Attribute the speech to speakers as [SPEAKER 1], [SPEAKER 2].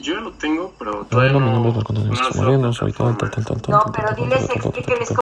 [SPEAKER 1] Yo lo tengo, pero
[SPEAKER 2] Luego
[SPEAKER 1] todavía
[SPEAKER 2] mi
[SPEAKER 1] no-
[SPEAKER 2] nombre es Marco Antonio
[SPEAKER 1] no lo
[SPEAKER 2] Escobar
[SPEAKER 1] subo a
[SPEAKER 2] Moreno, soy tal,
[SPEAKER 1] plataforma.
[SPEAKER 2] tal, tal, tal, tal,
[SPEAKER 3] No,
[SPEAKER 2] tal,
[SPEAKER 3] pero
[SPEAKER 2] tal, tal,
[SPEAKER 3] diles,
[SPEAKER 2] tal, tal, tal, tal, tal,
[SPEAKER 3] explíqueles